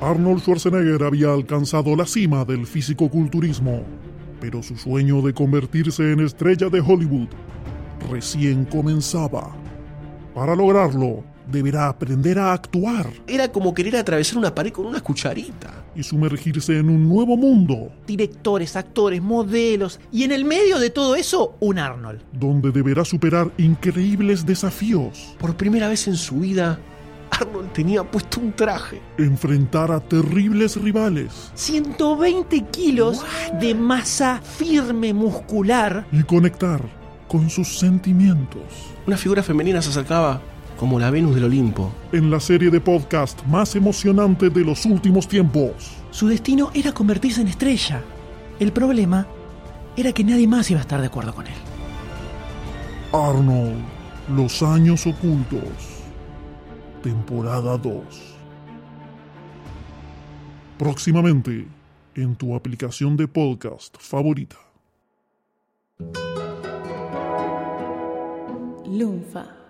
Arnold Schwarzenegger había alcanzado la cima del fisicoculturismo, pero su sueño de convertirse en estrella de Hollywood recién comenzaba. Para lograrlo, deberá aprender a actuar Era como querer atravesar una pared con una cucharita. y sumergirse en un nuevo mundo, Directores, actores, modelos. Y en el medio de todo eso, un Arnold. donde deberá superar increíbles desafíos, Por primera vez en su vida, Arnold tenía puesto un traje. enfrentar a terribles rivales 120 kilos de masa firme muscular. y conectar con sus sentimientos. Una figura femenina se acercaba como la Venus del Olimpo. En la serie de podcast más emocionante de los últimos tiempos, Su destino era convertirse en estrella. El problema era que nadie más iba a estar de acuerdo con él. Arnold, Los Años Ocultos, temporada 2. Próximamente, en tu aplicación de podcast favorita. Lunfa.